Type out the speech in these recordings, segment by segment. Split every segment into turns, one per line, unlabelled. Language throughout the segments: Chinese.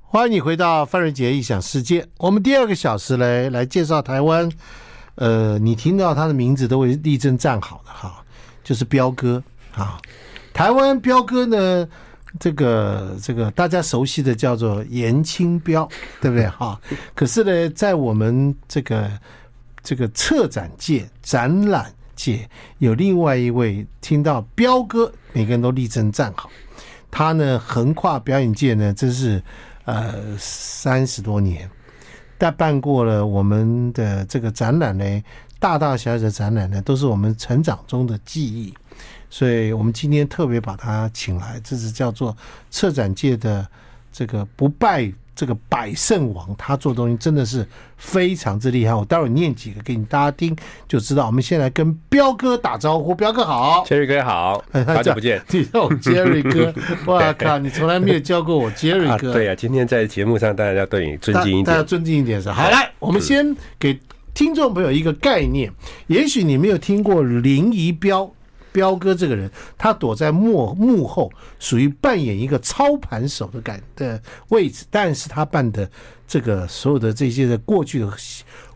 欢迎你回到范瑞杰异想世界。我们第二个小时来来介绍台湾，呃，你听到他的名字都会立正站好的哈，就是彪哥啊。台湾彪哥呢，这个这个大家熟悉的叫做严清标，对不对哈？可是呢，在我们这个这个策展界、展览界，有另外一位听到彪哥，每个人都立正站好。他呢横跨表演界呢，真是呃三十多年，但办过了我们的这个展览呢，大大小小的展览呢，都是我们成长中的记忆。所以我们今天特别把他请来，这是叫做策展界的这个不败这个百胜王，他做东西真的是非常之厉害。我待会儿念几个给你大家听就知道。我们先来跟彪哥打招呼，彪哥好。
千瑞哥好，
哎
好久不见
你叫我 Jerry 哥，哇靠！你从来没有叫过我 Jerry
啊！
哥，
对呀、今天在节目上，大家要对你尊
大
敬一
大家
点。
尊敬一点是吧好。来，我们先给听众朋友一个概念，也许你没有听过林怡彪彪哥这个人，他躲在幕幕后，属于扮演一个操盘手的感的位置，但是他办的这个所有的这些的过去的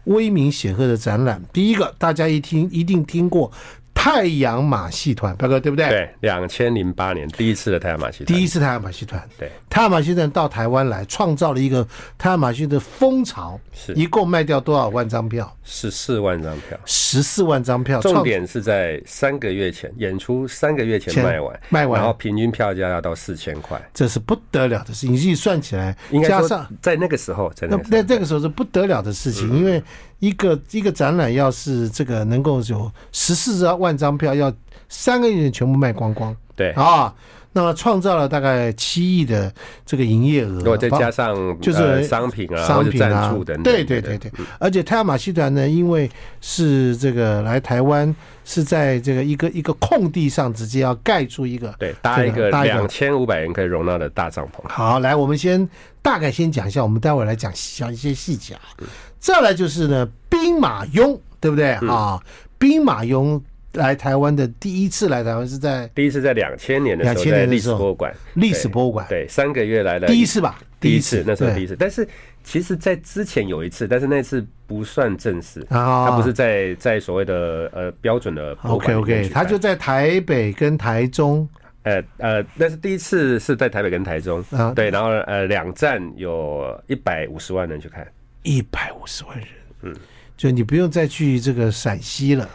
威名显赫的展览，第一个大家一听一定听过太阳马戏团，彪哥对不对？
对，两千零八年第一次的太阳马戏团，
第一
一
次太阳马戏团，
对，
太阳马戏团到台湾来，创造了一个太阳马戏的风潮，
是
一共卖掉多少万张票？
是四万张票，
十四万张票，
重
创
点是在三个月前演出，三个月前
前
卖完，
卖完
然后平均票价要到四千块，
这是不得了的事情，你自己算起来
应，该
加
说
上
在那个时候，在那
那那
个时候
这个时候是不得了的事
嗯
情，因为一个一个展览要是这个能够有十四万张票，要三个月全部卖光光
对，
啊，那么创造了大概七亿的这个营业额，
如果再
包
加上
就是
呃商品啊，
商品
或者
啊，
赞助等等，
对对对对，而且太阳马戏团呢，因为是这个来台湾是在这个一个一个空地上直接要盖出一个。
对，搭一
这个
个
搭一个
两千五百人可以容纳的大帐篷，
好，来我们先大概先讲一下，我们待会儿来讲讲一些细节啊。
嗯
再来就是呢，兵马俑，对不
嗯
对啊？兵马俑来台湾的第一次来台湾是在
第一次在两千年的时候，
2000年的
在历史
时候
博物馆，
历史博物馆，
对，三个月来了
第一次吧？
第一次，那时候第
对
一次。但是其实，在之前有一次，但是那次不算正式，
啊，
它不是在在所谓的呃标准的博物
OK
馆里面
OK，
举
他
办
啊就在台北跟台中
呃呃，但是第一次是在台北跟台中
啊，
对，然后呃两站有一百五十万人去看，
一百五十万人，嗯，就你不用再去这个陕西了，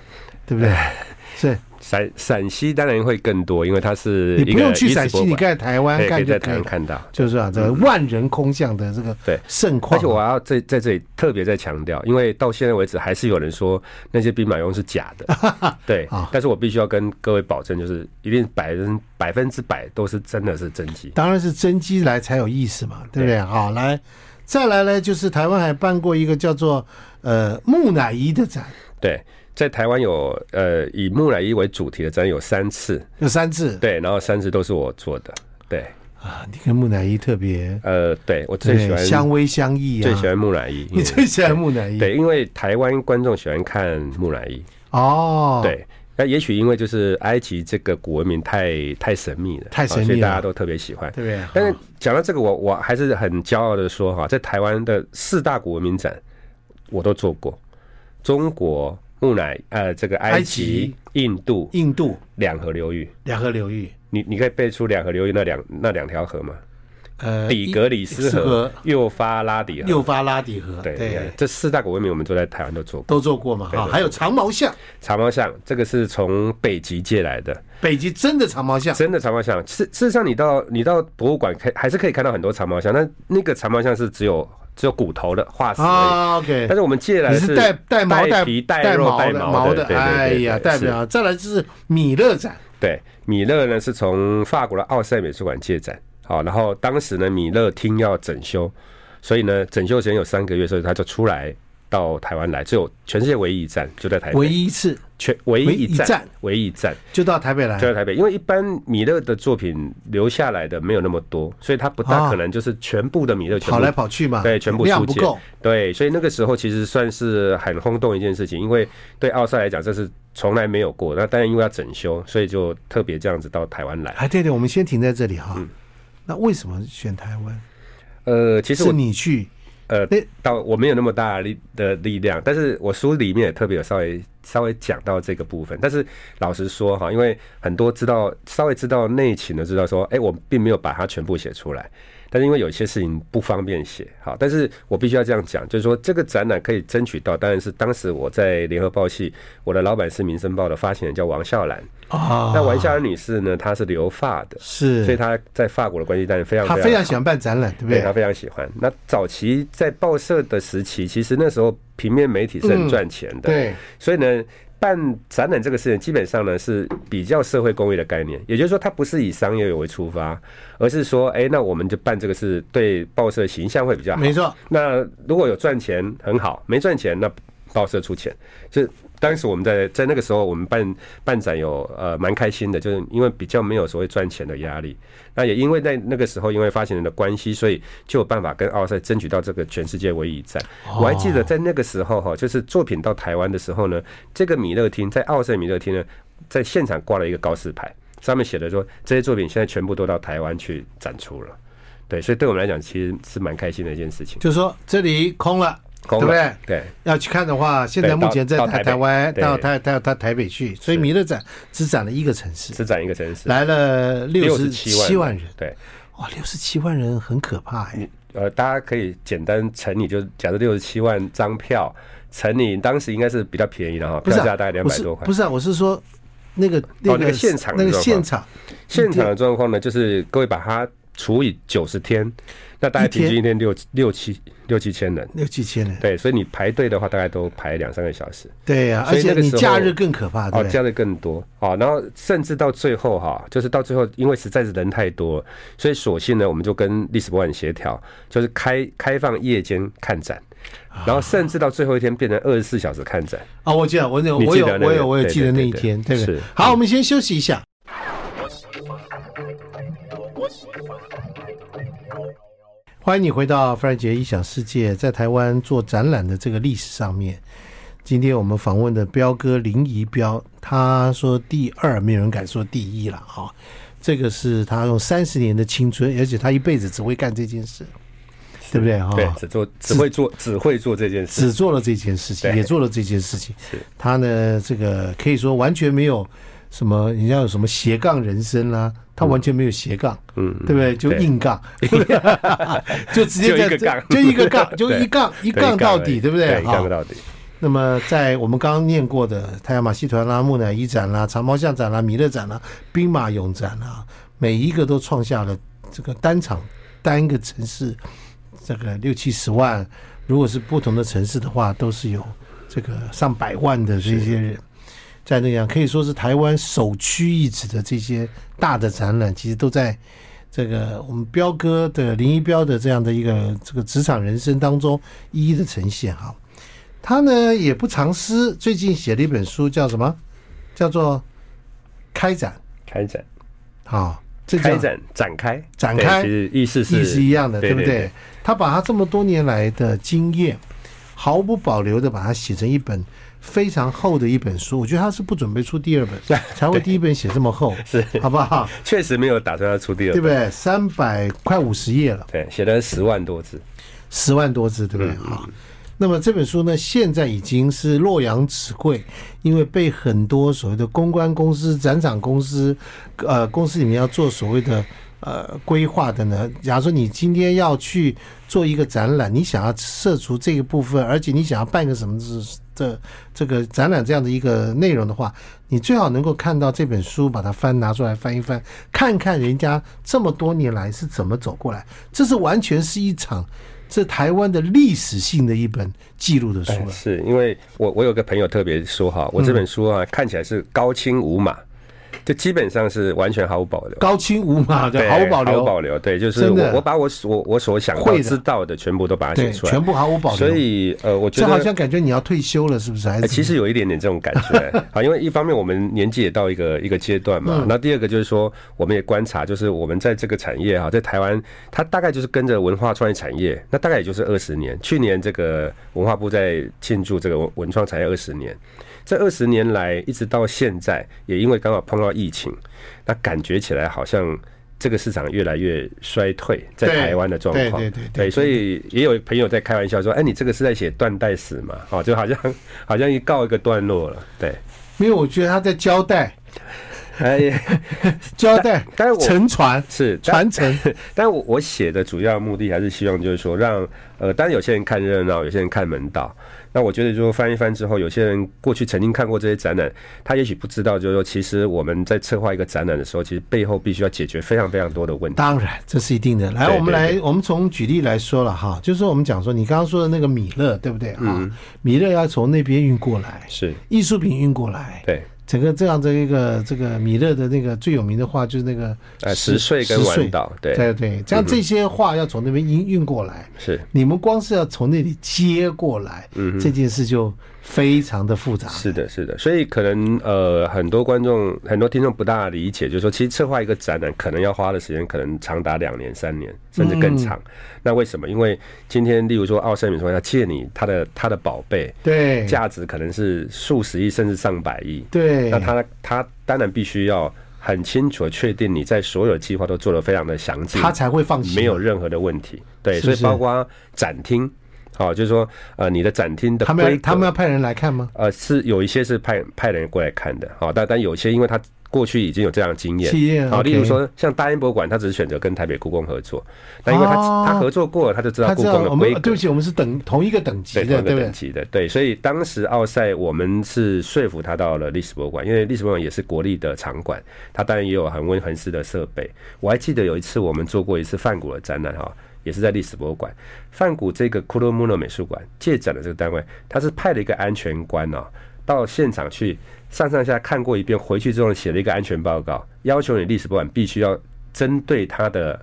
对不对？
哎
是
陕陕西当然会更多，因为它是
你
一
不
个
用去
遗址
陕西，
博物
你
馆
在台湾
对可
看
以
就
在
可
台
以
湾
了，
看到。
就是啊，这个万人空巷的这个
对
盛
而
况
且我要在在这里特别再强调，因为到现在为止还是有人说那些兵马俑是假 的，对
啊。
但是我必须要跟各位保证，就是一定百分百分之百都是真的是真迹。
当然是真机来才有意思嘛，对不对？好，来，再来呢，就是台湾还办过一个叫做呃木乃伊的展，
对，在台湾有呃以木乃伊为主题的展有三次，
有三次
对，然后三次都是我做的，对，
啊，你跟木乃伊特别
呃，对我最喜
对
欢
相偎相依啊，
最喜欢木乃伊，
你
嗯
最喜欢木乃伊
对，因为台湾观众喜欢看木乃伊，
哦，，
对。那也许因为就是埃及这个古文明太太神秘了，
太神秘
啊所以大家
了
都特别喜欢。
对啊不对？
但是讲到这个，我我还是很骄傲的说哈，在台湾的四大古文明展我都做过，中国木乃呃这个埃及、印度
印度
两河流域，
两河流域，
你你可以背出两河流域那两那两条河吗？
呃，
底格里斯
四
河、幼发拉底河。
幼发拉底河，
对，你看这四大古文明我们都在台湾都做过。
都做过嘛
对
哈，
对
还有长毛象，
长毛象这个是从北极借来的，
北极真的长毛象，
真的长毛象。事事实上，你到你到博物馆可以还是可以看到很多长毛象，但那个长毛象是只有只有骨头的化石而已。
啊
但
，OK。
是我们借来
你
的
是
是
带带毛带
皮带肉
毛的
带
毛的，
对对对
哎
对
呀，
对
代
是哎
表再来就是米勒展，
对米勒呢是从法国的奥赛美术馆借展，好，然后当时呢米勒厅要整修，所以呢整修时间有三个月，所以他就出来到台湾来，只有全世界唯一一站就在台
唯
北，
一一次
全唯一一
唯一一站
站唯一一站
就到台北来
就，在台北，因为一般米勒的作品留下来的没有那么多，所以他不
啊
大可能就是全部的米勒全
跑
部
来跑去嘛，
对，全部
量
出
不
借
够，。
对，所以那个时候其实算是很轰动一件事情，因为对奥赛来讲这是从来没有过。那当然因为要整修，所以就特别这样子到台湾来。嗯
哎，对对，我们先停在这里哈。那为什么选台湾？
呃，其实
是
我
你去
呃
诶，
到我没有那么大的力的力量，但是我书里面也特别有稍微稍微讲到这个部分。但是老实说哈，因为很多知道稍微知道内情的知道说，哎、我并没有把它全部写出来，但是因为有些事情不方便写，好，但是我必须要这样讲，就是说这个展览可以争取到，当然是当时我在联合报系，我的老板是《民生报》的发行人叫王孝兰，
啊
那王孝兰女士呢，她是留发的，所以
是
她在法国的关系当然非常
他非常喜欢办展览，对不
他非常喜欢。那早期在报社的时期，其实那时候平面媒体是很赚钱的，
嗯对，
所以呢，办展览这个事情基本上呢是比较社会公益的概念，也就是说，它不是以商业为出发，而是说，哎、那我们就办这个事，对报社形象会比较好。
没错，
那如果有赚钱很好，没赚钱那报社出钱。就是当时我们在在那个时候，我们办办展有呃蛮开心的，就是因为比较没有所谓赚钱的压力。那也因为在那个时候，因为发行人的关系，所以就有办法跟奥赛争取到这个全世界唯一站。我还记得在那个时候哈，就是作品到台湾的时候呢，这个米勒厅在奥赛米勒厅呢，在现场挂了一个告示牌，上面写的说这些作品现在全部都到台湾去展出了。对，所以对我们来讲，其实是蛮开心的一件事情。
就说这里空了，
空
对不
了
对？
对，
要去看的话，现在
对
目
到
前在
到
台
台北
台湾
对
到台到到台北去，所以
是
弥勒展只展了一个城市，
只展一个城市，
来了六十
67
七
万
万人，
对，
哇，六十七万人很可怕哎，
呃，大家可以简单乘以，就是假设六十七万张票乘以当时应该是比较便宜的哈，
不
票
是
价
啊
大概两
不
百
是
多块哦
不。是啊，我是说那个那
那
个
个现场
那
的
个
状况
现场
现场的状况呢，就是各位把它除以九十天，那大概
一天
平均一天六六七六七千人。
六七千人，
对，所以你排队的话，大概都排两三个小时。
对呀，
所
而
以那
且
个
你
时候
假日更可怕，啊对
哦，
不
加
对？
的更多哦，然后甚至到最后哈、就是到最后，因为实在是人太多了，所以索性呢，我们就跟历史博物馆协调，就是开开放夜间看展，然后甚至到最后一天变成二十四小时看展。
啊，我记得我有
你
我
记
有
得那个
我有我有
对
记得
对
那一
对
天，对不对
是？
好，我们先休息一下。欢迎你回到范儿杰异想世界，在台湾做展览的这个历史上面。今天我们访问的彪哥林怡彪，他说第二，没有人敢说第一了哈、这个是他用三十年的青春，而且他一辈子只会干这件事，对不对哈、
对，只做只会做只会做这件事，
只做了这件事情，
对
也做了这件事情
是。
他呢，这个可以说完全没有什么，人家有什么斜杠人生啦、他完全没有斜杠，
嗯，
对不对？就
对
硬 杠， 就直接
就
在
一个杠
就一个杠，就
对
一杠一
一
杠到底，对不哦
对
对？？
一
好
杠到底，
那么在我们刚刚念过的太阳马戏团啦、木乃伊展啦、长毛象展啦、弥勒展啦、兵马俑展啦，每一个都创下了这个单场单一个城市这个六七十万，如果是不同的城市的话，都是有这个上百万的这些人。在那样可以说是台湾首屈一指的这些大的展览，其实都在这个我们彪哥的林一彪的这样的一个这个职场人生当中一一的呈现哈。他呢也不藏私，最近写了一本书，叫什么？叫做《开展
开展》
啊，这
开
叫
展展开
展
对
开
其实意思是
意思一样的，
对
对不
对
对？他把他这么多年来的经验，毫不保留的把它写成一本非常厚的一本书。我觉得他是不准备出第二 本，才会第一本写这么厚，
是
好不好？
确实没有打算要出第二
对不
本，
对？三百快五十页了。
对，写了十万多字，
十万多字，对不对？好、那么这本书呢，现在已经是洛阳纸贵，因为被很多所谓的公关公司、展场公司，呃，公司里面要做所谓的呃规划的呢。假如说你今天要去做一个展览，你想要涉足这个部分，而且你想要办个什么这这个展览这样的一个内容的话，你最好能够看到这本书，把它翻拿出来翻一翻，看看人家这么多年来是怎么走过来。这是完全是一场这台湾的历史性的一本记录的书了。
是因为我我有个朋友特别说
嗯
哈，我这本书啊、看起来是高清无码，就基本上是完全毫无保留。
高清无码的，
对
毫无保
毫无保
留，
留，对，就是
真的
我我把我所我所想
会
到
的
知道的全部都把它
对，
写出来
全，部毫无保留。
所以呃，我觉
这
得
好像感觉你要退休了，是不是？还
哎
是
其实有一点点这种感 觉啊，因为一方面我们年纪也到一个一个阶段
嗯
嘛，那第二个就是说，我们也观察，就是我们在这个产业哈，在台湾，它大概就是跟着文化创意产业，那大概也就是二十年。去年这个文化部在庆祝这个文文创产业二十年，这二十年来一直到现在，也因为刚好碰到疫情，那感觉起来好像这个市场越来越衰退，在
对
台湾的状
对
况，
对对对对
对，所以也有朋友在开玩笑说，哎，你这个是在写断代史嘛？哦，就好像 好像一告一个段落了，对，
因为我觉得他在交代
哎，
交代
但是我
沉船
是但
传承，
但我我写的主要目的还是希望就是说让呃，当然有些人看热闹，有些人看门道。那我觉得说翻一翻之后，有些人过去曾经看过这些展览，他也许不知道，就是说其实我们在策划一个展览的时候，其实背后必须要解决非常非常多的问题。
当然这是一定的。来，
对
我们
对
来
对，
我们从举例来说了哈，就是我们讲说你刚刚说的那个米勒，对不对啊？米勒要从那边运过来，
嗯是
艺术品运过来，
对，
整个这样的一个这个米勒的那个最有名的画就是那个
呃，十岁跟晚岛，对，
对对，像这些画要从那边运运过来，
是
你们光是要从那里接过来，这件事就非常的复杂。
嗯是的，是的，所以可能呃，很多观众、很多听众不大理解，就是说，其实策划一个展览，可能要花的时间可能长达两年、三年，甚至更长。
嗯
那为什么？因为今天，例如说奥赛美术馆要借你他的他的宝贝，
对
价值可能是数十亿甚至上百亿，
对，
那他他当然必须要很清楚地确定你在所有计划都做得非常的详尽，
他才会放心。
没有任何的问题。对，
是
所以
是
包括展厅，好、就是说呃，你的展厅的
他
规
们
格
要，他们要派人来看吗？
呃，是有一些是派派人过来看的，哦好、但但有些因为他过去已经有这样的经验，
经验
好、
OK
例如说像大英博物馆，他只是选择跟台北故宫合作，但因为他、
哦
他合作过了，他就知道
他
故
知
宫
道
的
我
规
们呃
格，
对不起，我们是等同一个等级
对
的，
同一
对
个
不
等
对？
级的，对，所以当时奥赛我们是说服他到了历史博物馆，因为历史博物馆也是国立的场馆，它当然也有恒温恒湿的设备。我还记得有一次我们做过一次梵谷的展览哈，也是在历史博物馆，梵谷这个库洛穆诺美术馆借展的这个单位，他是派了一个安全官哦。到现场去上上下看过一遍，回去之后写了一个安全报告，要求你历史博物馆必须要针对他的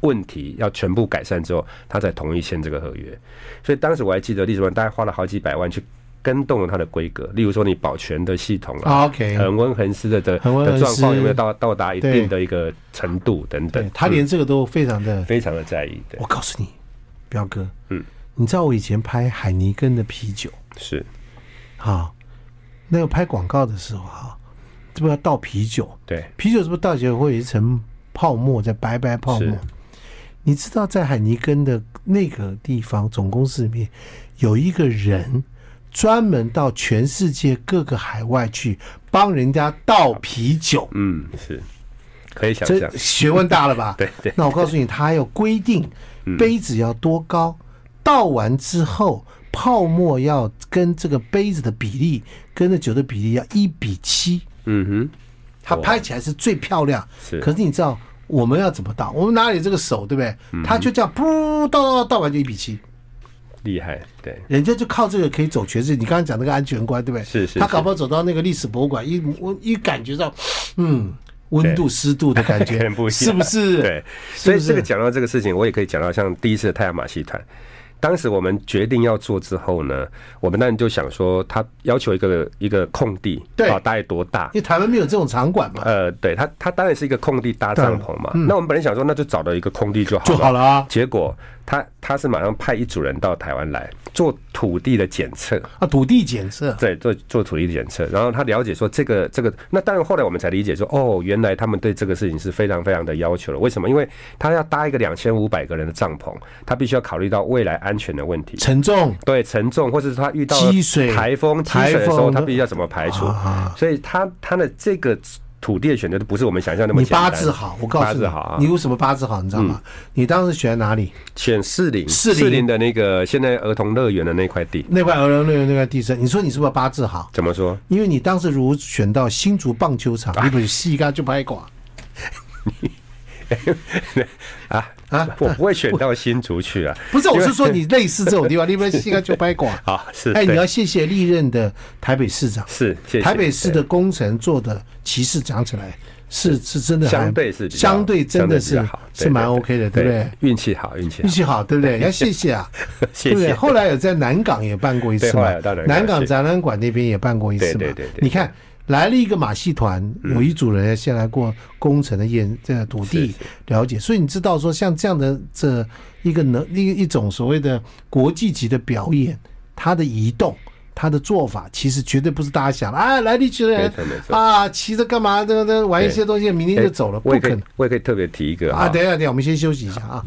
问题要全部改善之后，他才同意签这个合约。所以当时我还记得，历史馆大概花了好几百万去跟动了它的规格，例如说你保全的系统啊，
啊 OK，
恒温恒湿的的
恒温
的
恒湿
状况有没有到到达一
对
定的一个程度等
对
等，
他连这个都非常的。
非常的在意，嗯对
我，告诉你，彪哥，
嗯，
你知道我以前拍海尼根的啤酒，
是
哈，那个拍广告的时候哈，这不要倒啤酒，
对，
啤酒是不是倒起来会有一层泡沫在白白泡沫
是？
你知道在海尼根的那个地方总公司里面有一个人专门到全世界各个海外去帮人家倒啤酒，
嗯，是可以想
这
象，
学问大了吧？
对对嗯
那我告诉你，他要规定杯子要多高，倒完之后泡沫要跟这个杯子的比例，跟那酒的比例要一比七。
嗯
它拍起来是最漂亮。
是
可是你知道我们要怎么倒？我们哪里有这个手，对不对？
嗯
他就这样，噗，倒倒倒倒完就一比七，
哼，厉害，对，
人家就靠这个可以走全世界。你刚刚讲那个安全观，对不对？
是是
他搞不好走到那个历史博物馆，一我一感觉到，嗯，温度、湿度的感
可
觉
能不一，样
是不是？
对，
是
所
不
以
是
这个讲到这个事情，我也可以讲到像第一次的太阳马戏团，当时我们决定要做之后呢，我们当然就想说，他要求一个一个空地，
对
啊，大概多大
因？为台湾没有这种场馆嘛，
呃，对，它它当然是一个空地搭帐篷嘛。那我们本来想说，那就找到一个空地就好
嗯就好了啊。
结果他他是马上派一组人到台湾来做土地的检测，
啊，土地检测，
对，做做土地检测，然后他了解说这个这个，那当然后来我们才理解说，哦，原来他们对这个事情是非常非常的要求了。为什么？因为他要搭一个两千五百个人的帐篷，他必须要考虑到未来安全的问题。
沉重，
对沉重，或者是他遇到
积水
台风、积水的时
台
候，
风
他必须要怎么排除
啊？
所以他他的这个土地的选择，不是我们想象那么
你
简
八
单。
字好，我告
八
诉你
字好啊，嗯
你为什么八字好，你知道吗？你当时选哪里？
选士林，
士林
的那个现在儿童乐园的那块地，
那块鹅绒乐园那块地震，你说你是不是八字好？
怎么说？
因为你当时如果选到新竹棒球场，你不是西嘎就拍垮。
啊
啊
我不会选到新竹去啊。
不是，我是说你类似这种地方，你不是西嘎就拍垮。
好，是
哎，
对
你要谢谢历任的台北市长，
是谢谢
台北市的工程做的骑士讲起来是是真的还，
相对是比较
相对真的是
相对比较好对
是蛮 OK 的，对不对？
运气好，运气
运
好，
气好，对不对？ 要谢谢啊，
谢
对
哎
不对？
谢。
后来有在南港也办过一次
对后
嘛
来有到，南港
南港
是
展览馆那边也办过一次嘛。
对对对对嗯
你看来了一个马戏团，有一组人先来过工程的验这个土
是
地了解，所以你知道说像这样的这一个能一一种所谓的国际级的表演，它的移动。他的做法其实绝对不是大家想的啊，来地区的
没
人
错没错。
啊，骑着干嘛？这个这个玩一些东西，明天就走了，
我
不
也
可
可
能
以，我也可以特别提一个
啊！
哈
等一下，等一下，我们先休息一下啊。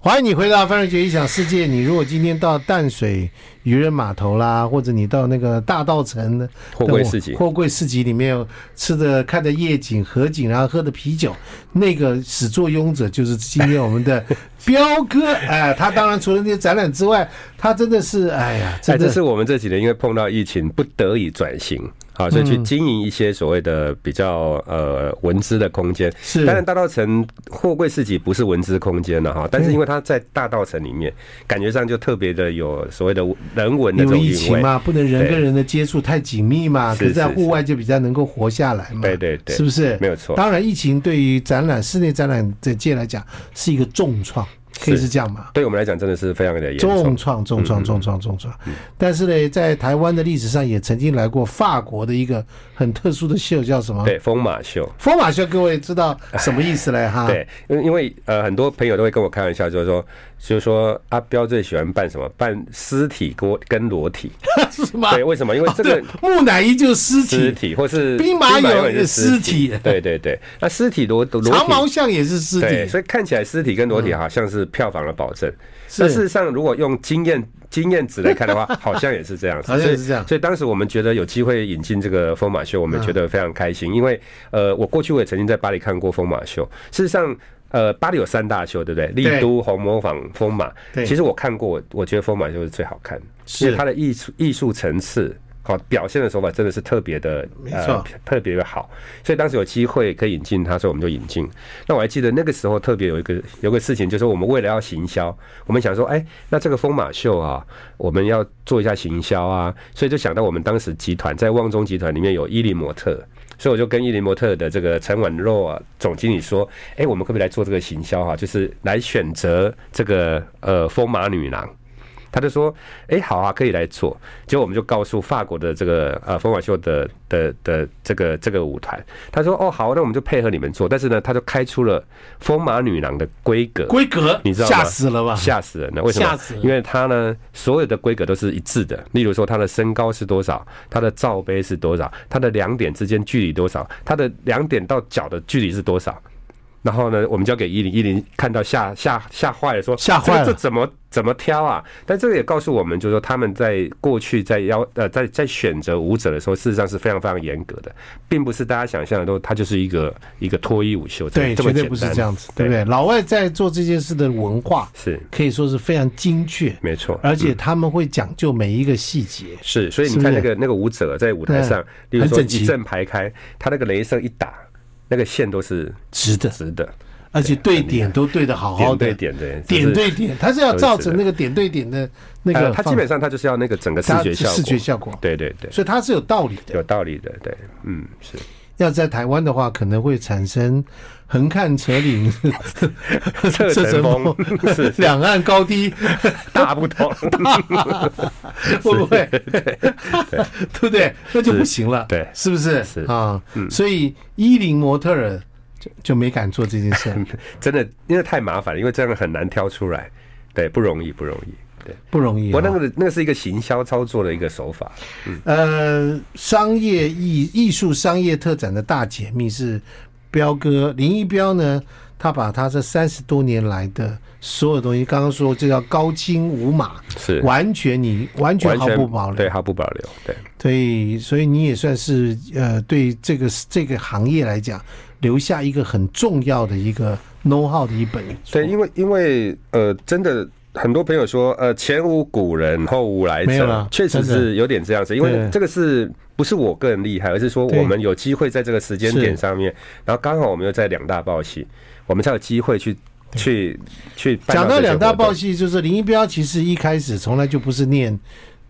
欢迎你回到范瑞杰异想世界。你如果今天到淡水渔人码头啦，或者你到那个大道城的
货柜市集
货柜市集里面吃的看的夜景、河景，然后喝的啤酒，那个始作俑者就是今天我们的彪哥。哎，他当然除了那些展览之外，他真的是哎呀，
哎，
真
这
的
是我们这几年因为碰到疫情，不得已转型，好，所以
嗯
去经营一些所谓的比较呃文资的空间。
是
当然大道城货柜市集不是文资空间了哈，但是因为它在大道城里面，感觉上就特别的有所谓的人文的这
因
种
为疫
韵
情
味。
嘛，不能人跟人的接触太紧密嘛，
是
可是在
是
户外就比较能够活下来嘛。
对对对
是不是？
没有错
当然，疫情对于展览、室内展览的界来讲是一个重创，可以是这样嘛？
对我们来讲，真的是非嗯常的严
重
重。
创、重创、重创、重创。但是呢，在台湾的历史上也曾经来过法国的一个很特殊的秀，叫什么？
对，疯马秀。
疯马秀，各位知道什么意思嘞？哈，
对，因为因为呃，很多朋友都会跟我开玩笑，就是说，就是说阿彪最喜欢办什么？办尸体锅跟裸体。
是什么？
对，为什么？因为这个
啊对，木乃伊就是尸
尸
体，
体或是
兵马俑
俑
也是
是
尸体
对对对，那尸体裸裸
长毛
体。
象也是尸
对，
体，嗯
所以看起来尸体跟裸体好像是票房的保证，
是
但事实上，如果用经验经验值来 看的话，好像也是这样子。
好像也是这样嗯
所以所以当时我们觉得有机会引进这个疯马秀，我们觉得非常开心，因为呃，我过去我也曾经在巴黎看过疯马秀。事实上，呃，巴黎有三大秀，对不对？
对
丽都、红磨坊、疯马。
对
其实我看过，我我觉得疯马秀是最好看的，
是
因为它的艺术艺术层次。好，表现的手法真的是特别的，
没错
呃特别的好。所以当时有机会可以引进它，所以我们就引进。那我还记得那个时候特别有一个有个事情，就是我们为了要行销，我们想说，哎，那这个疯马秀啊，我们要做一下行销啊，所以就想到我们当时集团在旺中集团里面有伊林模特。所以我就跟伊林模特的这个陈婉若啊总经理说：“哎、我们可不可以来做这个行销哈、就是来选择这个呃疯马女郎。”他就说：“哎、好啊，可以来做。”结果我们就告诉法国的这个呃疯马秀的的的这个这个舞团，他说：“哦，好，那我们就配合你们做。”但是呢，他就开出了疯马女郎的规格，
规格
你知道吗
吓死了吧？
啊吓死人了！为什么？
吓死人
因为它呢，所有的规格都是一致的。例如说，它的身高是多少，它的罩杯是多少，它的两点之间距离多少，它的两点到脚的距离是多少。然后呢，我们交给伊林，伊林看到吓吓吓坏了，说
吓坏了
这个这怎么怎么挑啊？但这个也告诉我们，就是说他们在过去在邀呃在在选择舞者的时候，事实上是非常非常严格的，并不是大家想象的都，它就是一个一个脱衣舞秀，这
对，
这么
绝对
简
不是
单
这样子，对不对？老外在做这件事的文化
是
可以说是非常精确，
没错，
而且他们会讲究每一个细节。
是，所以
是不
你看
是
那个那个舞者在舞台上，例
对
如
很
说
整齐
一正排开，他那个镭射一打，那个线都是
直的，
直的，
而且对点都对的好好的，
点对点的，就
点
是。
对点，它是要造成那个点对点的那
呃，
个
他
放，
基本上他就是要那个整个视
它
觉效果，
视觉效果，
对对对，
所以它是有道理的。
有道理的，对，嗯， 是
要在台湾的话，可能会产生横看成岭、
侧成峰是是
两岸高低
大不同，
会不会？对不对？那就不行了，
是对
是不是？
是嗯
啊，所以伊林模特儿就就没敢做这件
嗯
事，
真的因为太麻烦了，因为这样很难挑出来，对，不容易，不容易，对。
不容易
不过那
啊。
个那个是一个行销操作的一个手法，
呃，商业艺艺术商业特展的大解密是彪哥林一彪呢，他把他这三十多年来的所有东西，刚刚说这叫高清无码，
是
完全你完全
完
毫
全
不保留，
对，毫不保留，对，
对，所以你也算是呃，对这个这个行业来讲，留下一个很重要的一个 know how 的一本书。
对，因为因为呃，真的很多朋友说，呃，前无古人后无来
没有啦
者，确
真
实
的
是有点这样子。因为
对
这个是不是我个人厉害，而是说
对
我们有机会在这个时间
是
点上面，然后刚好我们又在两大报系，我们才有机会去去去办
讲
到
到
这些
两大
活动
报系，就是林一彪其实一开始从来就不是念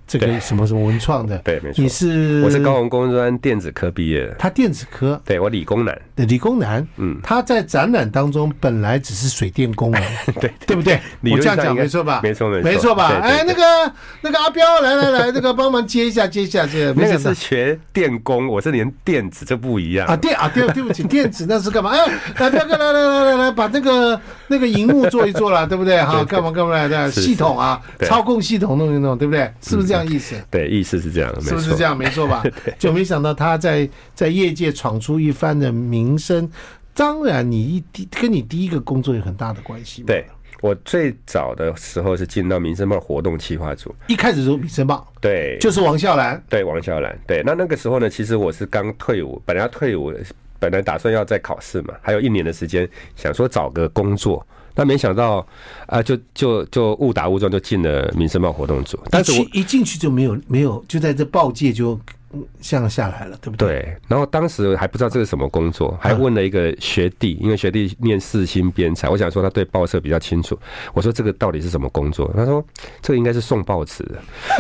这个
对
什么什么文创的，
对，没错
你，是
我是高雄工专电子科毕业的，
他电子科
对我理工男，
的理工男，
嗯，
他在展览当中本来只是水电工啊，
对
对不对？
理
我
论
这
上
样讲
应该
没错吧？
没错没错
没错吧？
对对
哎，那
对
个那个阿彪，来来来，那个帮忙接一下，接一下，接一下。没
那个
想到
是学电工，我是连电子，这不一样
啊，电啊，对，对不起，电子那是干嘛？哎，来，彪哥，来来来来来，把那个那个荧幕做一做啦，对不对？好，干嘛干嘛来的
是
系统啊，
对
操控系统弄一弄，对不对？是不是这样意思？
对，意思是这样，没
是不是
错
这。样？没错吧？就没想到他在在业界闯出一番的名声。当然，你一第跟你第一个工作有很大的关系嘛。
对，我最早的时候是进到民生报活动企划组，
一开始是米申报，
对，
就是王笑兰，
对王小兰，对，那那个时候呢，其实我是刚退伍，本来要退伍，本来打算要再考试嘛，还有一年的时间，想说找个工作。那没想到，啊、就就就误打误撞就进了民生报活动组，但是
一
我
去一进去就没有没有，就在这报界就嗯向下来了，对不对？
对，然后当时还不知道这是什么工作，
啊
还问了一个学弟，因为学弟念四星编采，我想说他对报社比较清楚，我说这个到底是什么工作？他说这个应该是送报纸的，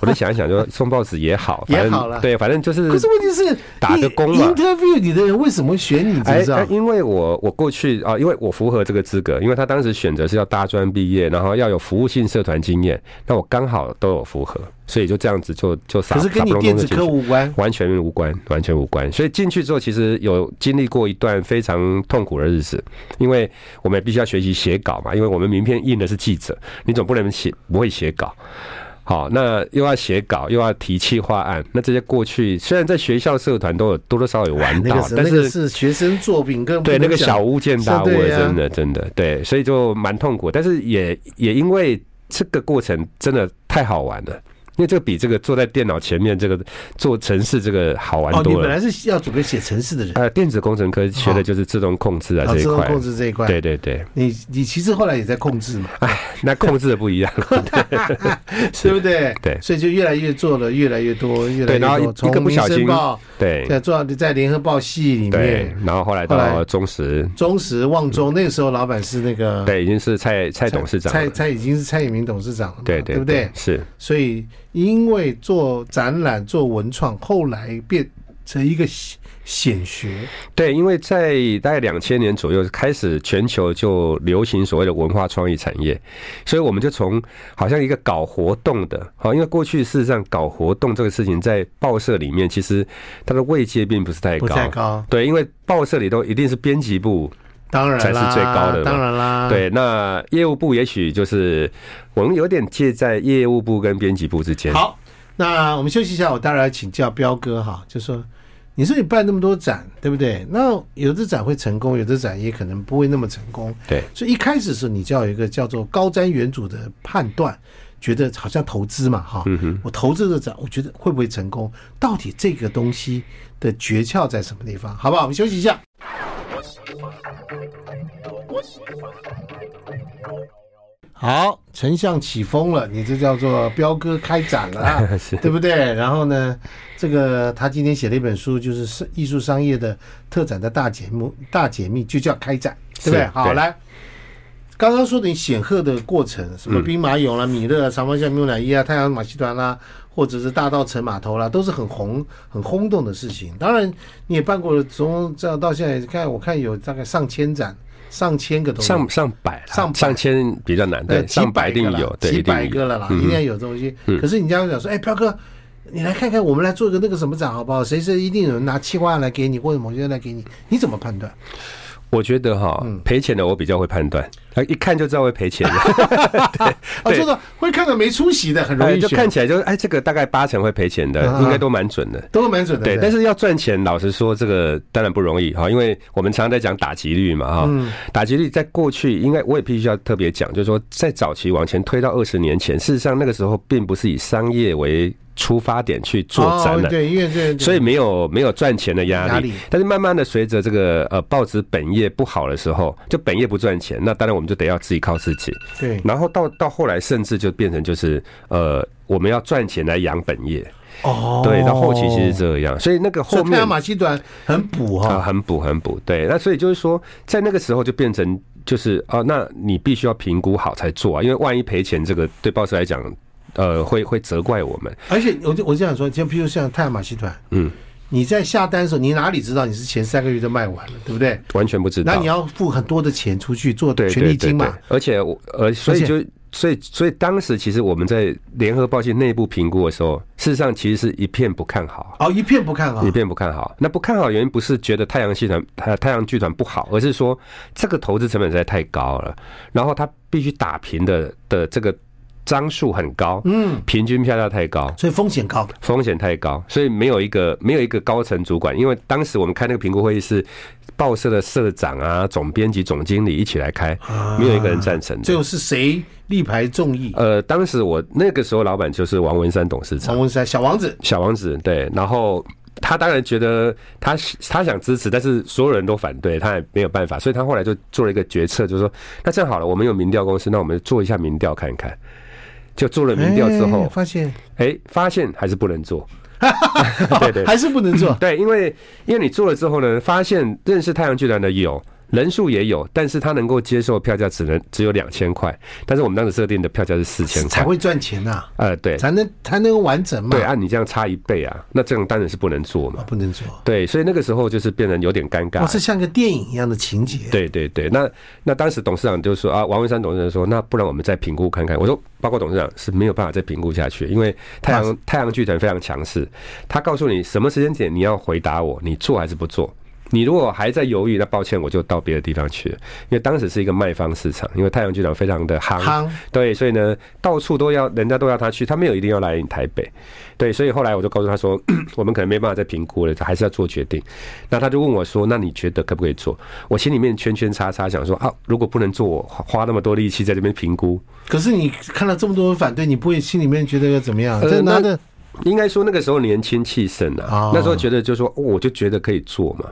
我就想一想说送报纸也好，
也
反
好啦
正对，反正就是
可是问题是，
打个工嘛
i n t e r v i e w 你的人为什么选你？知不
哎
知，道
哎？因为我我过去啊，因为我符合这个资格，因为他当时选择是要大专毕业，然后要有服务性社团经验，那我刚好都有符合，所以就这样子就就傻
可是跟你电子科。
傻不隆咚地进
无
去
关。
完全无关，完全无关。所以进去之后，其实有经历过一段非常痛苦的日子，因为我们也必须要学习写稿嘛，因为我们名片印的是记者，你总不能写不会写稿。好，那又要写稿，又要提企划案，那这些过去虽然在学校社团都有多多少少有玩
哎那
到，
个是
但
那个是学生作品，跟
对，那个小巫见大巫，
是对呀
真的真的对，所以就蛮痛苦，但是也也因为这个过程真的太好玩了。因为这个比这个坐在电脑前面这个做城市这个好玩
哦，你
多
本
了。
来是要准备写城市的人，
呃，电子工程科学的就是自动控制啊
啊，
这一
自动
块
控。制这一块，
对对对，哎
你你其实后来也在控 制嘛，
那控制的不一 样。
对不对？
对
所以就越来越做了，越来越多，越来越
对然后一
多。从
一个不
民
小
生
心
报
对
在做在联合报系里
对
面，，
然后后来
后来
到中实，
中时、旺中那个时候老板是那个
对，已经是蔡
蔡
蔡董事长
蔡
了。
蔡已经是蔡衍明董事长了嘛，
对
对
对
不对？
是
所以因为做展览、做文创，后来变成一个显显学，
对，因为在大概两千年左右开始，全球就流行所谓的文化创意产业，所以我们就从好像一个搞活动的，好，因为过去事实上搞活动这个事情在报社里面，其实它的位阶并不是太
不
高，
太高，
对，因为报社里头一定是编辑部，
当然啦，
才是最高的嘛
当然啦，，
对，那业务部也许就是我们有点介在业务部跟编辑部之间。
好，那我们休息一下，我待会儿来请教彪哥哈，就说你说你办那么多展，对不对？那有的展会成功，有的展也可能不会那么成功，
对，
所以一开始的时候，你就要有一个叫做高瞻远瞩的判断，觉得好像投资嘛，哈，
嗯
我投资这个展，我觉得会不会成功？到底这个东西的诀窍在什么地方？好不好？我们休息一下。好，丞相起风了，你这叫做彪哥开展了啊，
是
对不对？然后呢，这个他今天写了一本书，就是是艺术商业的特展的大节目大解密，就叫开展，对不对？
是
好，
对
来，刚刚说的显赫的过程，什
嗯
么兵马俑啦、米勒、啊、长方形牛奶衣啊、太阳马戏团啦、或者是大道城码头啦、都是很红、很轰动的事情。当然，你也办过了，从这样到现在，看我看有大概上千展、上千个东西，
上上百啦，
上百
上千比较难，
呃
对，上百一定
个啦
有，嗯对，
几
一定
百
有
个了啦，一定要有东西。可是你这样讲说，哎，飘哥，你来看看，我们来做一个那个什么展好不好？谁谁一定有人拿七万来给你，或者某些人来给你，你怎么判断？
我觉得哈，
嗯
赔钱的我比较会判断，他一看就知道会赔钱的，
啊，
对
就是会看到没出息的，很 容
哎
易
就看
选，
起来就是哎，这个大概八成会赔钱的
啊，
应该都蛮准的。
都蛮准的。
对，但是要赚钱，老实说，这个当然不容易哈，因为我们常常在讲打击率嘛哈，
嗯
打击率在过去，应该我也必须要特别讲，就是说在早期往前推到二十年前，事实上那个时候并不是以商业为出发点去做展
哦
览。
对，因为这
所以没有没有赚钱的压力，
压力
但是慢慢的随着这个呃报纸本业不好的时候，就本业不赚钱，那当然我们就得要自己靠自己。
对
然后到到后来，甚至就变成就是呃，我们要赚钱来养本业，
哦，
对，到后期其实这样，所以那个
所
后
以太
面
阳马戏团很补
啊，
哈，
很补很补，对。那所以就是说，在那个时候就变成就是啊，那你必须要评估好才做啊，因为万一赔钱，这个对报社来讲呃会会责怪我们。
而且我就我这样说，像譬如像泰马戏团，
嗯，
你在下单的时候，你哪里知道你是前三个月就卖完了，对不对？
完全不知道。
那你要付很多的钱出去做
对
权利金嘛？
对对对而且我呃，所以
而且
就所以所以当时其实我们在联合报系内部评估的时候，事实上其实是一片不看好。
哦，一片不看啊
一，片不看好，那不看好的原因不是觉得太阳系团、太太阳剧团不好，而是说这个投资成本实在太高了，然后它必须打平的的这个张数很高，
嗯，
平均票价太高，
所以风险高。
风险太高，所以没有一个没有一个高层主管，因为当时我们开那个评估会议是报社的社长啊、总编辑、总经理一起来开，没有一个人赞成
最
的。
后是谁力排众议？
嗯呃，当时我那个时候老板就是王文山董事长
常。文山小王子，
小王子对，然后他当然觉得他他想支持，但是所有人都反对，他也没有办法，所以他后来就做了一个决策，就是说那这样好了，我们有民调公司，那我们做一下民调看看。就做了民调之
哎
后，
发现
哎、发现还是不能做。 对对。
还是不能做
对，因为因为你做了之后呢，发现认识太阳剧团的有人数也有，但是他能够接受票价只能只有两千块，但是我们当时设定的票价是四千
才
块。
会赚钱呐、
呃，对
才能才能完整嘛。
对，啊按你这样差一倍啊，那这样当然是不能做嘛
啊，。不能做。
对，所以那个时候就是变得有点尴
哇，
尬。
这像个电影一样的情节。，
对对对，那那当时董事长就说啊，王文山董事长说，那不然我们再评估看看。我说，包括董事长是没有办法再评估下去，因为太阳太阳剧团非常强势，他告诉你什么时间点你要回答我，你做还是不做。你如果还在犹豫，那抱歉，我就到别的地方去了。因为当时是一个卖方市场，因为太阳剧团非常的夯，
夯
对，所以呢，到处都要人家都要他去，他没有一定要来你台北。对，所以后来我就告诉他说， 我们可能没办法再评估了，还是要做决定。那他就问我说，那你觉得可不可以做？我心里面圈圈叉叉，想说啊，如果不能做，我花花那么多力气在这边评估，
可是你看到这么多人反对，你不会心里面觉得要怎么样？
呃
这拿
那
着
应该说那个时候年轻气盛啊
哦，
那时候觉得就说，哦我就觉得可以做嘛，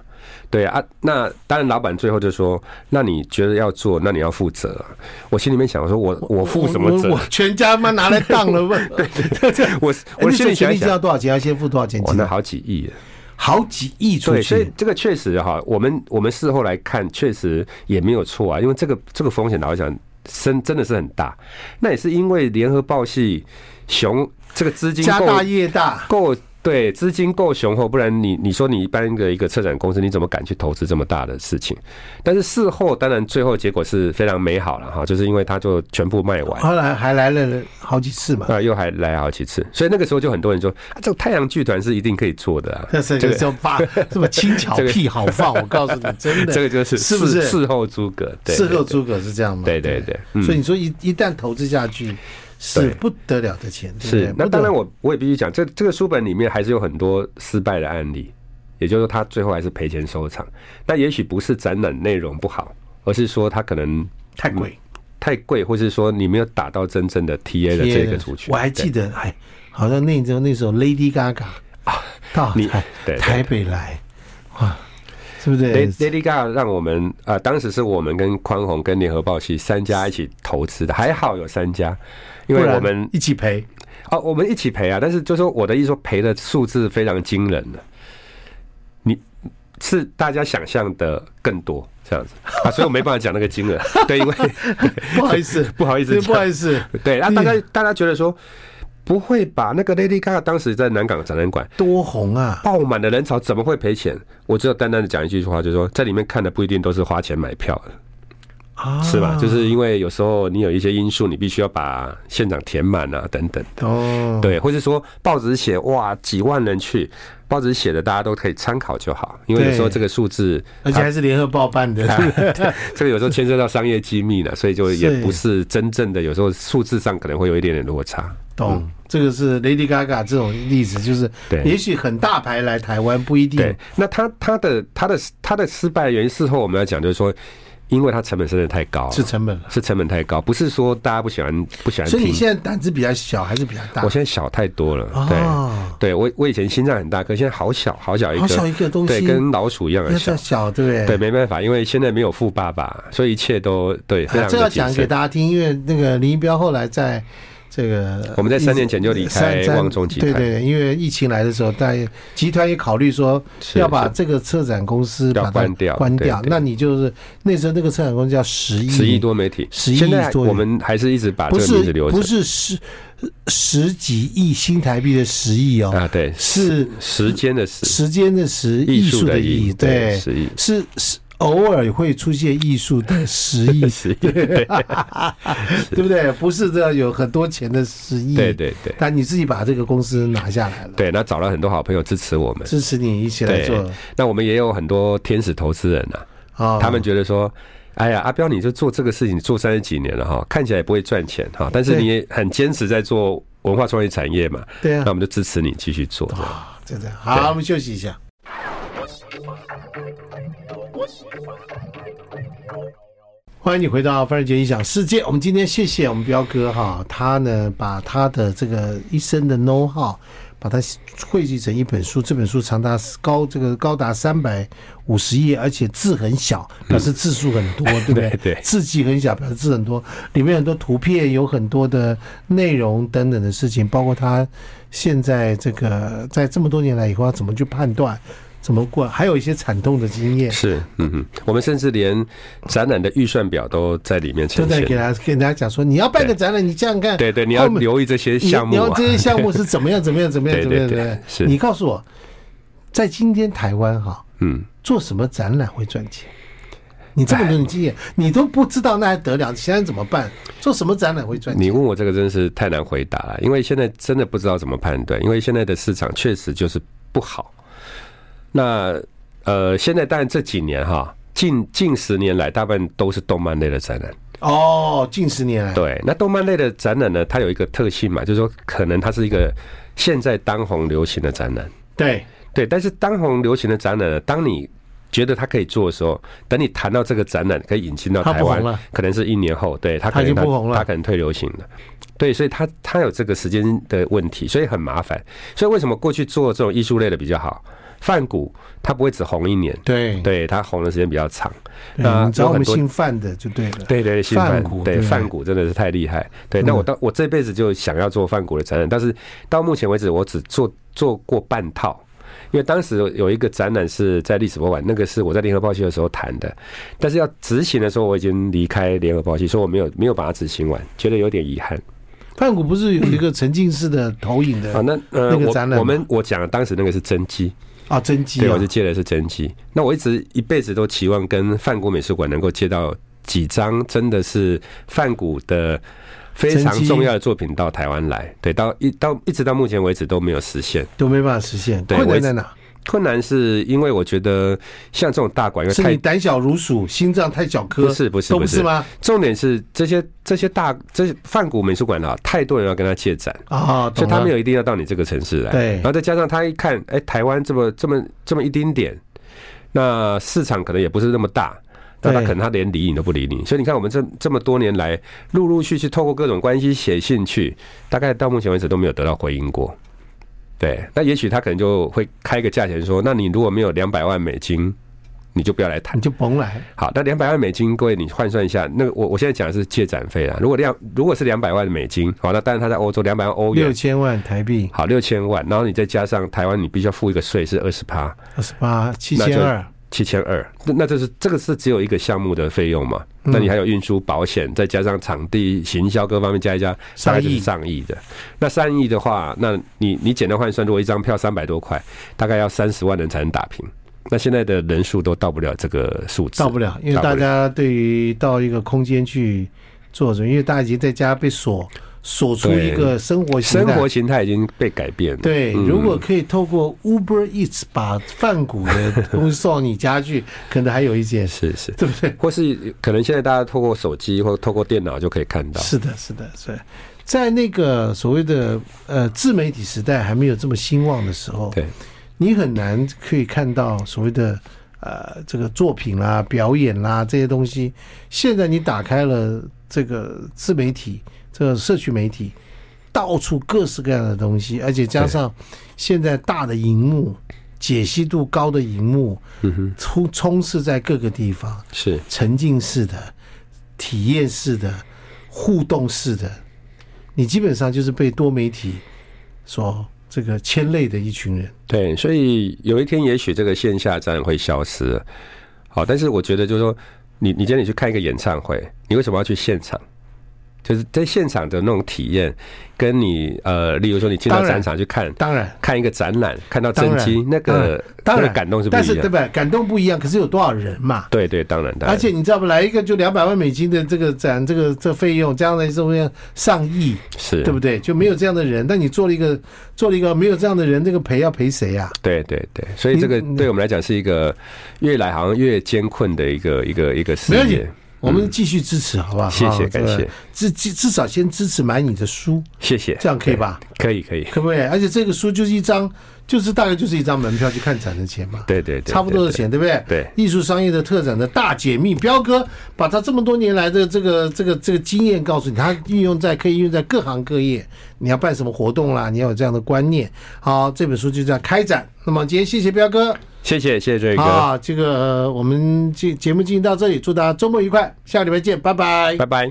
对啊，那当然老板最后就说，那你觉得要做，那你要负责啊、我心里面想说我，我负什么责
我？我我全家妈拿来当了 问。对对对，
我
哎那
我心
种
里
权
想一
利金
想
要，多少钱？要先付多少钱
哇，
进
哦那
来？
好几亿耶。
好几亿出
对，所以
去，
这个确实哈，我们我们事后来看，确实也没有错啊，因为这个这个风险老实讲，真真的是很大。那也是因为联合报系雄这个资金
家
够
大业大，
够对资金够雄厚，不然你你说你一般的一个策展公司，你怎么敢去投资这么大的事情？但是事后当然最后结果是非常美好了哈，就是因为他就全部卖完。
后来还来了好几次嘛。
啊，又还来好几次，所以那个时候就很多人说，啊、这个太阳剧团是一定可以做的啊，
这是
这
就
个
是要把这么轻巧
这个
屁好放，我告诉你，真的，
这个就是
是不是
事事后诸葛？对
事
对
后
对
诸葛是这样吗？
对对对嗯
所以你说一一旦投资下去，是
对
不得了的钱，对不对
是，那
不得
当然我我也必须讲，这这个书本里面还是有很多失败的案例，也就是说他最后还是赔钱收场。那也许不是展览内容不好，而是说他可能嗯
太贵，
太贵，或是说你没有打到真正的 TA 的这个族群。
我还记
得
得，哎，好像那时候那时候 Lady Gaga 到
啊你
台
对对
台北来，哇，是不是？
Lady Gaga 让我们啊、当时是我们跟宽宏跟联合报系三家一起投资的，还好有三家，因为
不然
我们
一起赔，
哦，我们一起赔啊，但是就说我的意思说赔的数字非常惊人了，你是大家想象的更多这样子啊，所以我没办法讲那个金额，对，因为
不好意思，
不好意思
对
讲
不好意思，
对，啊，大家大家觉得说不会把那个 Lady Gaga 当时在南港展览馆
多红啊！
爆满的人潮怎么会赔钱？我只有淡淡的讲一句话，就是说在里面看的不一定都是花钱买票的。
啊，
是吧？就是因为有时候你有一些因素，你必须要把现场填满啊，等等。
哦，
对，或是说报纸写哇几万人去，报纸写的大家都可以参考就好，因为有时候
对
这个数字，
而且还是联合报办的，
这个有时候牵涉到商业机密了，所以就也
是
不是真正的，有时候数字上可能会有一点点落差。
懂？这个是 Lady Gaga 这种例子，就是
对
也许很大牌来台湾不一定
对，那他他的他的他的失败原因，事后我们要讲就是说，因为他成本真的太高了，
是成本了。
是成本太高，不是说大家不喜欢不喜欢
所以你
听。
现在胆子比较小还是比较大
哦我？现在小太多了，对。
哦，
对我，我以前心脏很大颗，现在好小好小一个，
好小一个东西
对，跟老鼠一样的
要
小
叫。小，对不对？
对，没办法，因为现在没有富爸爸，所以一切都对，非
啊
常
这要
的谨
讲
慎
给。大家听，因为那个林一彪后来在这个
我们在三年前就离开
三三
旺中集
对
团，
对，因为疫情来的时候，大家集团也考虑说
是
要把这个策展公司把
要
它
关掉
关掉。
对对
那你就是那时候那个策展公司叫十亿，
十亿多媒体，
十亿
现在
多
我们还是一直把
不
这个名字
是
留着
不是十十几亿新台币的十亿哦，
啊，对，
是
时间的时，
时间的时，艺术的艺，
对，
对，
十亿。，
是是偶尔会出现艺术的十亿
十亿， 对
对不对？不是这样有很多钱的十亿，
对对对
但你自己把这个公司拿下来了，
对，那找了很多好朋友支持我们，
支持你一起来
对
做
那我们也有很多天使投资人啊，
啊，
他们觉得说，哎呀，阿彪你就做这个事情做三十几年了哈，看起来也不会赚钱哈，但是
对
你也很坚持在做文化创意产业嘛，
对啊
那我，们就支持你继续做。
啊，就这样，好，我们休息一下。欢迎你回到范仁杰音响世界。我们今天谢谢我们彪哥哈，他呢把他的这个一生的 know how，把它汇集成一本书。这本书长达高这个高达三百五十页，而且字很小，表示字数很多，对不对？
对对
字迹很小，表示字很多。里面很多图片，有很多的内容等等的事情，包括他现在这个在这么多年来以后要怎么去判断，怎么过，还有一些惨痛的经验。
是，嗯哼，我们甚至连展览的预算表都在里面
都
呈
在
现
给。大家跟大家讲说，你要办个展览，你想想看，
对对，你要
后面
留意这些
你
项目
你要
啊
这。些项目是怎么样怎么样怎么样
对
怎么样
对
怎么
对
样？
是
你告诉我，在今天台湾哈，
嗯，
做什么展览会赚钱？你这么多年经验，你都不知道那还得了？现在怎么办？做什么展览会赚钱？
你问我这个真是太难回答了，因为现在真的不知道怎么判断，因为现在的市场确实就是不好。那呃，现在当然这几年哈，近近十年来，大半都是动漫类的展览。
哦，近十年来，
对，那动漫类的展览呢，它有一个特性嘛，就是说可能它是一个现在当红流行的展览。
对
对，但是当红流行的展览呢，当你觉得它可以做的时候，等你谈到这个展览可以引进到
它不
台湾
红了，
可能是一年后，对它
它
可
已
能
经不红了
它可能退流行了。对，所以它它有这个时间的问题，所以很麻烦。所以为什么过去做这种艺术类的比较好？范谷它不会只红一年，
对
对它红的时间比较长。
对，嗯你找我
有
们
很多
姓范的就对了。
对对，新
范
范
谷
对
对嗯
范谷真的是太厉害。对，那我到我这辈子就想要做范谷的展览，但是到目前为止我只做做过半套。因为当时有一个展览是在历史博物馆，那个是我在联合报系的时候谈的，但是要执行的时候我已经离开联合报系，所以我没有没有把它执行完，觉得有点遗憾
范谷不是有一个沉浸式的投影
啊。
的
那呃，
那个展览
我我们
吗
我讲的当时那个是真机，
啊真机
对，
啊
我是？借的是真机。那我一直一辈子都期望跟范谷美术馆能够借到几张，真的是范谷的非常
真迹
重要的作品到台湾来。对，到一到一直到目前为止都没有实现。
都没办法实现，
对
困
我
难
一直
在哪？
困难是因为我觉得像这种大馆，因为
是你
太
胆小如鼠，心脏太小颗，
不是不是
都
不
不是
是，
吗？
重点是这些这些大这些范谷美术馆啊，太多人要跟他借展。
啊，懂
所以他
了
们有一定要到你这个城市来，
对
然后再加上他一看，哎、台湾这么这么这么一丁点，那市场可能也不是那么大，那他
对
可能他连理你都不理你。所以你看，我们这这么多年来，陆陆续续透过各种关系写信去，大概到目前为止都没有得到回应过。对，那也许他可能就会开一个价钱说，那你如果没有两百万美金，你就不要来谈
你。就甭来，
好，那两百万美金，各位你换算一下，那个我我现在讲的是借展费啦。如果两如果是两百万美金，好，那当然他在欧洲两百万欧元
六，千万台币，
好，六千万，然后你再加上台湾，你必须要付一个税是二十趴，
二十八七
那
千
就
二，
七千二。那那这是这个是只有一个项目的费用嘛？
嗯
那你还有运输、保险，再加上场地、行销各方面加一加，大概就是上亿的。那三亿的话，那你你简单换算，如果一张票三百多块，大概要三十万人才能打平。那现在的人数都到不了这个数字，
到不了，因为大家对于到一个空间去做着，因为大家已经在家被锁锁出
对
一个生活形
生
态
活。形态已经被改变了。
对，
嗯
如果可以透过 Uber Eats 把饭谷的东西送到你家去， 可能还有一件事，
是是，
对不对？
或是可能现在大家透过手机或透过电脑就可以看到。
是的，是的，是的。在那个所谓的呃自媒体时代还没有这么兴旺的时候，
对，
你很难可以看到所谓的呃这个作品啦、表演啦这些东西。现在你打开了这个自媒体、这个社区媒体，到处各式各样的东西，而且加上现在大的荧幕、解析度高的荧幕
嗯哼，
充充斥在各个地方，
是。
沉浸式的、体验式的、互动式的，你基本上就是被多媒体所这个牵累的一群人。
对，所以有一天也许这个线下展会消失，好，但是我觉得就是说，你你今天你去看一个演唱会，你为什么要去现场？就是在现场的那种体验，跟你呃，例如说你进到
当然
展场去看
当然，
看一个展览，看到
当
真
然嗯
机，那个
当
那
然
个感动是不
但
一
是对
样。
吧？感动不一样，可是有多少人嘛？
对对，当然，当然
而且你知道不？来一个就两百万美金的这个展，这个这费用，将来是不是上亿？
是，
对不对？就没有这样的人，但你做了一个做了一个没有这样的人，这个赔要赔谁啊？
对对对，所以这个
你
对我们来讲是一个越来好像越艰困的一个一个一个事
没问题
业。
我们继续支持，好不好？
嗯谢谢
啊
感谢，
至至至少先支持买你的书，
谢谢，
这样可以吧？
对？可以可以，
可不可以？而且这个书就是一张，就是大概就是一张门票去看展的钱嘛，
对对对，对
差不多的。钱，对不对？
对
艺术商业的特展的大解密，彪哥把他这么多年来的这个这个这个经验告诉你，他运用在可以运用在各行各业。你要办什么活动啦，你要有这样的观念。好，这本书就这样开展。那么今天谢谢彪哥。
谢谢谢谢这个，
啊，这个呃我们节节目进行到这里，祝大家周末愉快，下个礼拜见，拜拜
拜拜。